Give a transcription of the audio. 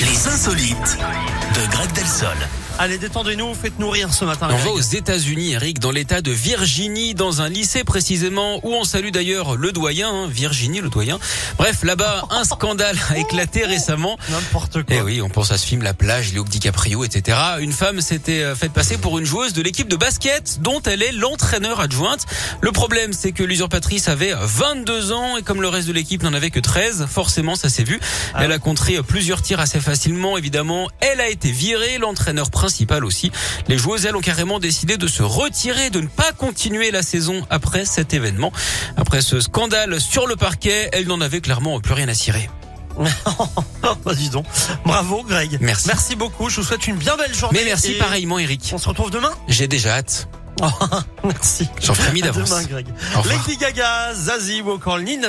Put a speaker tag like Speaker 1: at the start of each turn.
Speaker 1: Les insolites de Greg Delsol.
Speaker 2: Allez, détendez-nous, faites-nous rire ce matin.
Speaker 3: On
Speaker 2: Greg.
Speaker 3: va aux États-Unis, Eric, dans l'État de Virginie, dans un lycée précisément, où on salue d'ailleurs le doyen, hein, Virginie le doyen. Bref, là-bas, un scandale a éclaté récemment.
Speaker 2: N'importe quoi.
Speaker 3: Eh oui, on pense à ce film La plage, Léo DiCaprio, etc. Une femme s'était euh, faite passer pour une joueuse de l'équipe de basket dont elle est l'entraîneur adjointe. Le problème, c'est que l'usurpatrice avait 22 ans et comme le reste de l'équipe n'en avait que 13, forcément, ça s'est vu. Elle a contré euh, plusieurs tirs assez facilement, évidemment. Elle a été virée, l'entraîneur principal aussi. Les joueuses, elles, ont carrément décidé de se retirer, de ne pas continuer la saison après cet événement. Après ce scandale sur le parquet, elle n'en avait clairement plus rien à cirer.
Speaker 2: Bah, dis donc. Bravo, Greg.
Speaker 3: Merci.
Speaker 2: Merci beaucoup. Je vous souhaite une bien belle journée.
Speaker 3: Mais merci
Speaker 2: et
Speaker 3: pareillement, Eric.
Speaker 2: On se retrouve demain.
Speaker 3: J'ai déjà hâte.
Speaker 2: Merci.
Speaker 3: J'en ferai mis
Speaker 2: À
Speaker 3: d'avance.
Speaker 2: Demain, Greg.
Speaker 3: Au revoir.
Speaker 2: Lady Gaga, Zazie, Wokolnin,